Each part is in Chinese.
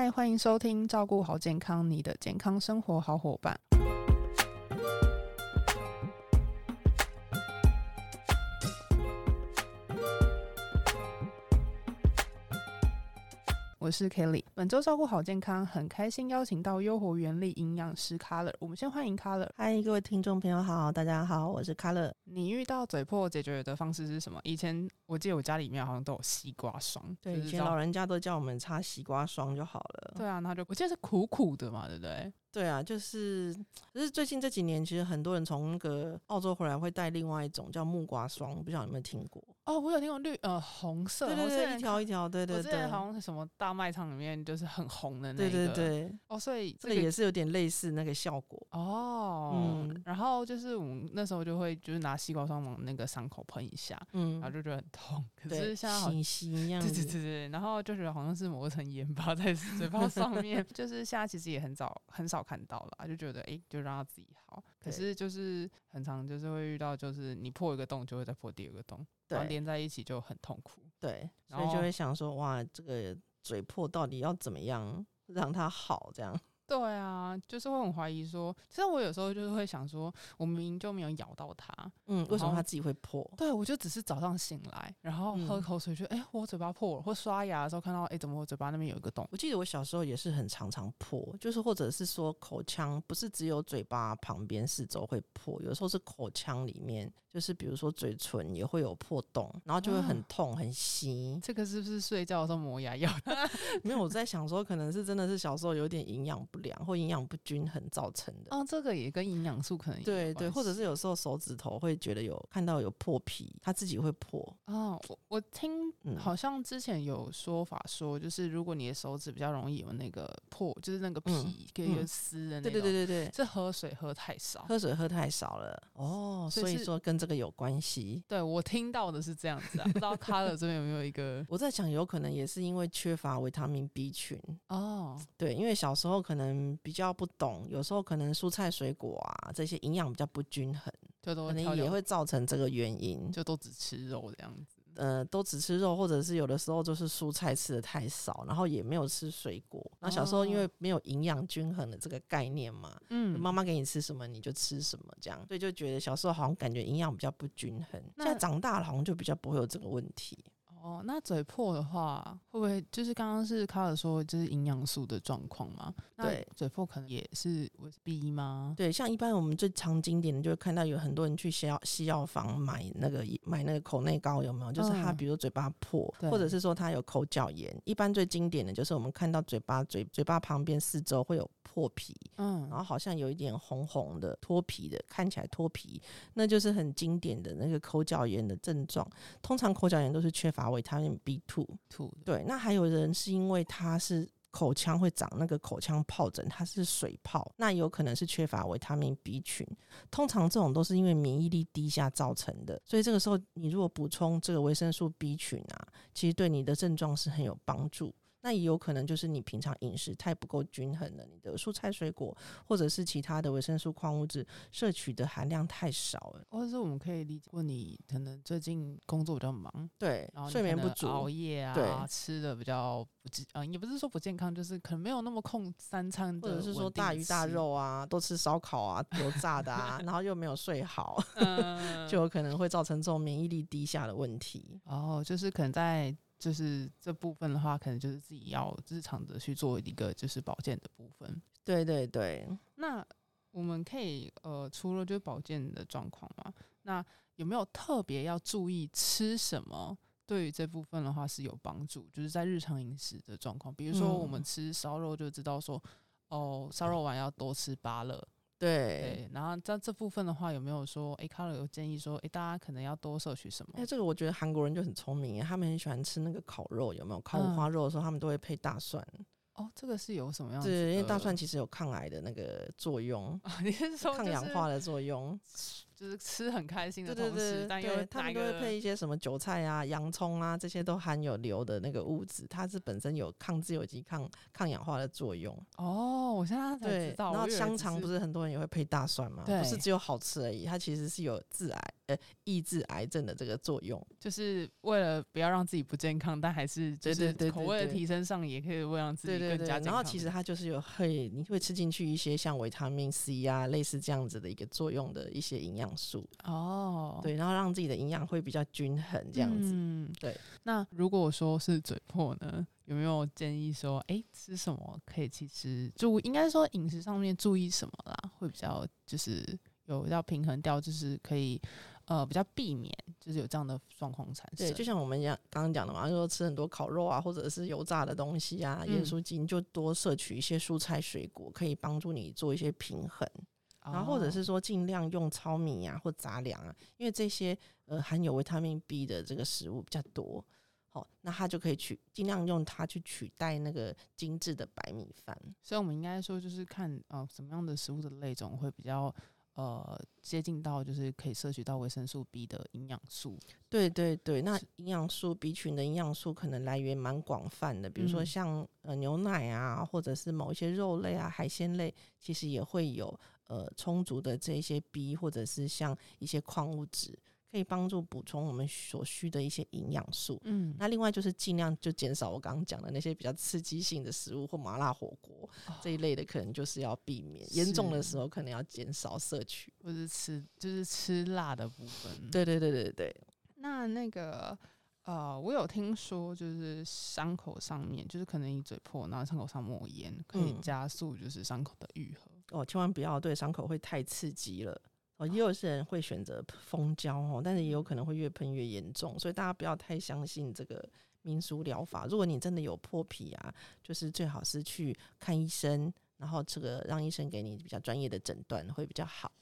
嗨，欢迎收听《照顾好健康》，你的健康生活好伙伴。我是 Kelly，本周照顾好健康，很开心邀请到优活原力营养师 Color，我们先欢迎 Color。嗨，各位听众朋友好，大家好，我是卡乐。你遇到嘴破解决的方式是什么？以前我记得我家里面好像都有西瓜霜，对，就以是这前样老人家都叫我们擦西瓜霜就好了。对啊，那就我记得是苦苦的嘛，对不对？对啊，就是，可是最近这几年，其实很多人从那个澳洲回来会带另外一种叫木瓜霜，我不知道你有没有听过？哦，我有听过绿呃红色，对我对之前对，一条一条，对我对之对，前好像是什么大卖场里面就是很红的那对一个，对对，哦，所以这这个个也是有点类似那个效果。哦，嗯然后就是我们那时候就会就是拿西瓜霜往那个伤口喷一下，嗯然后，就觉得很痛，啊可对，是现在好。洗洗一样对对对子。对，对然后就觉得好像是抹一层盐巴在 嘴巴上 面，就是现在其实也很早很少看到了，就觉得哎、诶就让它自己好。可对是就是很常就是会遇到，就是你破一个洞就会再破第二个洞，然后对连在一起就很痛苦。对，然所以就后会想说，哇，这个嘴破到底要怎么样让它好？这样，对啊，就是会很怀疑说，其实我有时候就是会想说，我明明就没有咬到它，嗯，为什然后么它自己会破？对我就只是早上醒来，然后喝嗯口水就，哎、我嘴巴破了，或刷牙的时候看到，哎、怎么我嘴巴那边有一个洞？我记得我小时候也是很常常破，就是或者是说口腔不是只有嘴巴旁边四周会破，有时候是口腔里面，就是比如说嘴唇也会有破洞，然后就会很啊痛很吸。这个是不是睡觉的时候磨牙咬的？ 没有，我在想说可能是真的是小时候有点营养不良或营养不均衡造成的。哦，这个也跟营养素可能有对对，关或者系是有时候手指头会觉得有看到有破皮，它自己会破。哦，我我听嗯好像之前有说法说，就是如果你的手指比较容易有那个破，就是那个皮可以有嗯撕的那对种，对对对对，是喝水喝太少。喝水喝太少了哦，所以所以是说跟这个有关系。对我听到的是这样子啊，不知道 Color 这边有没有一个我在想，有可能也是因为缺乏维他命 B 群，哦，对，因为小时候可能比较不懂，有时候可能蔬菜水果啊这些营养比较不均衡，就都挑可能也两会造成这个原因。就都只吃肉这样子。呃，都只吃肉，或者是有的时候就是蔬菜吃的太少，然后也没有吃水果。然后小时候因为没有营养均衡的这个概念嘛，哦嗯妈妈给你吃什么你就吃什么，这样，所以就觉得小时候好像感觉营养比较不均衡。那现在长大了好像就比较不会有这个问题。哦，那嘴破的话，会不会就是刚刚是 Color 说就是营养素的状况嘛？那对嘴破可能也是我 B 吗？对，像一般我们最常经典的，就会看到有很多人去西药西药房买那个买那个口内膏，有没有？就是他嗯比如嘴巴破，对或者是说他有口角炎。一般最经典的就是我们看到嘴巴嘴嘴巴旁边四周会有破皮，嗯然，后好像有一点红红的脱皮的，看起来脱皮，那就是很经典的那个口角炎的症状。通常口角炎都是缺乏维他命 B two。吐的对，那还有人是因为他是口腔会长那个口腔疱疹，它是水泡，那有可能是缺乏维他命 B 群。通常这种都是因为免疫力低下造成的，所以这个时候你如果补充这个维生素 B 群啊，其实对你的症状是很有帮助。那也有可能就是你平常饮食太不够均衡了，你的蔬菜水果或者是其他的维生素矿物质摄取的含量太少了，或者是我们可以理解，问你可能最近工作比较忙，对然后，你睡眠可不能足，熬夜啊，对吃的比较不健，嗯、也不是说不健康，就是可能没有那么控三餐或的，者是说大鱼大，肉啊，都吃烧烤 啊、油炸的啊，然后又没有睡好，嗯，就有可能会造成这种免疫力低下的问题。哦，就是可能在就是这部分的话，可能就是自己要日常的去做一个就是保健的部分。对对对，那我们可以呃，除了就是保健的状况嘛，那有没有特别要注意吃什么？对于这部分的话是有帮助，就是在日常饮食的状况，比如说我们嗯吃烧肉就知道说，哦，烧肉丸要多吃芭乐，对。对。然后在这部分的话，有没有说，诶，卡 a 有建议说，诶，大家可能要多摄取什么哎、？这个我觉得韩国人就很聪明耶，他们很喜欢吃那个烤肉，有没有？烤五嗯花肉的时候，他们都会配大蒜，哦，这个是有什么样子的？ 对，因为大蒜其实有抗癌的那个作用，啊，你是说抗就氧是化的作用。就是吃很开心的对同对时，对，但对又他拿一们都会个配一些什么韭菜啊、洋葱啊，这些都含有硫的那个物质，它是本身有抗自由基、抗抗氧化的作用。哦，我现在才对知，道，然我后以为香只肠不是是很多人也会配大蒜吗？对不是只有好吃而已，它其实是有致癌呃抑制癌症的这个作用。就是为了不要让自己不健康，但还是就对对是对对口味的对提升上也可以为让自己对对更对，加健康。然后其实它就是有会你会吃进去一些像维他命 C 啊，类似这样子的一个作用的一些营养素，哦，对，然后让自己的营养会比较均衡这样子。嗯对。那如果说是嘴破呢，有没有建议说，哎、吃什么可以其实注意，应该说饮食上面注意什么啦，会比较就是有要平衡掉，就是可以呃比较避免就是有这样的状况产生。对，就像我们讲刚刚讲的嘛，就说吃很多烤肉啊，或者是油炸的东西啊，嗯盐酥鸡，你就多摄取一些蔬菜水果，可以帮助你做一些平衡。然后或者哦是说尽量用糙米啊或杂粮啊，因为这些呃含有维他命 B 的这个食物比较多，好、那它就可以取尽量用它去取代那个精致的白米饭。所以我们应该说就是看呃什么样的食物的类种会比较呃接近到就是可以摄取到维生素 B 的营养素。对对对，那营养素 B 群的营养素可能来源蛮广泛的，比如说嗯像、呃牛奶啊，或者是某一些肉类啊、海鲜类，其实也会有呃充足的这一些 B，或者是像一些矿物质，可以帮助补充我们所需的一些营养素。嗯那另外就是尽量就减少我刚刚讲的那些比较刺激性的食物或麻辣火锅这一类的，可能就是要避免。严重的是时候可能要减少摄取。或是吃就是吃辣的部分。对对对对对，那那个呃，我有听说，就是伤口上面，就是可能你嘴破，然后伤口上抹盐，可以嗯加速就是伤口的愈合。哦，千万不要对伤口会太刺激了。哦，也有些人会选择蜂胶哦，但是也有可能会越喷越严重，所以大家不要太相信这个民俗疗法。如果你真的有破皮啊，就是最好是去看医生，然后这个让医生给你比较专业的诊断会比较好。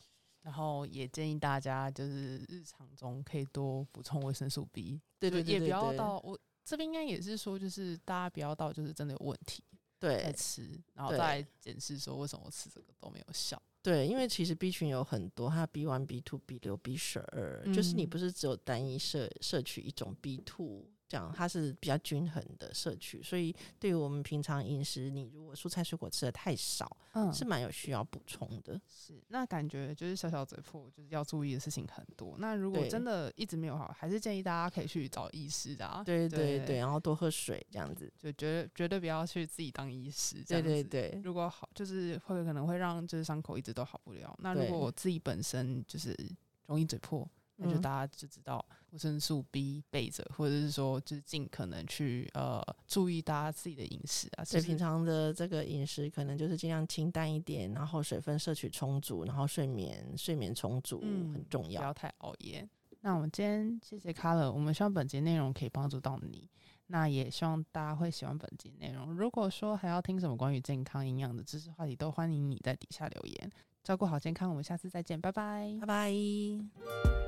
然后也建议大家就是日常中可以多补充维生素 B，对对就对也不对要对到我这边应该也是说，就是大家不要到就是真的有问题对，再吃，然后对再检视说为什么我吃这个都没有效。对，因为其实 B 群有很多，它 B one、B two、B 六、B 十二，就是你嗯不是只有单一摄摄取一种 B two，这样它是比较均衡的摄取。所以对于我们平常饮食，你如果蔬菜水果吃的太少，嗯是蛮有需要补充的。是，那感觉就是小小嘴破，就是要注意的事情很多。那如果对真的一直没有好，还是建议大家可以去找医师的、啊。对对对对，然后多喝水这样子。就绝对绝对不要去自己当医师。这对样对子，对如果好，就是会可能会让就是伤口一直都好不了。那如对果我自己本身就是容易嘴破，那就嗯大家就知道维生素 B 备着，或者是说就是尽可能去呃注意大家自己的饮食啊。所就以平是常的这个饮食可能就是尽量清淡一点，然后水分摄取充足，然后睡眠睡眠充足、嗯很重不要。要太熬夜。那我们今天谢谢 Color，我们希望本节内容可以帮助到你。那也希望大家会喜欢本集内容。如果说还要听什么关于健康营养的知识话题，都欢迎你在底下留言。照顾好健康，我们下次再见，拜拜拜拜。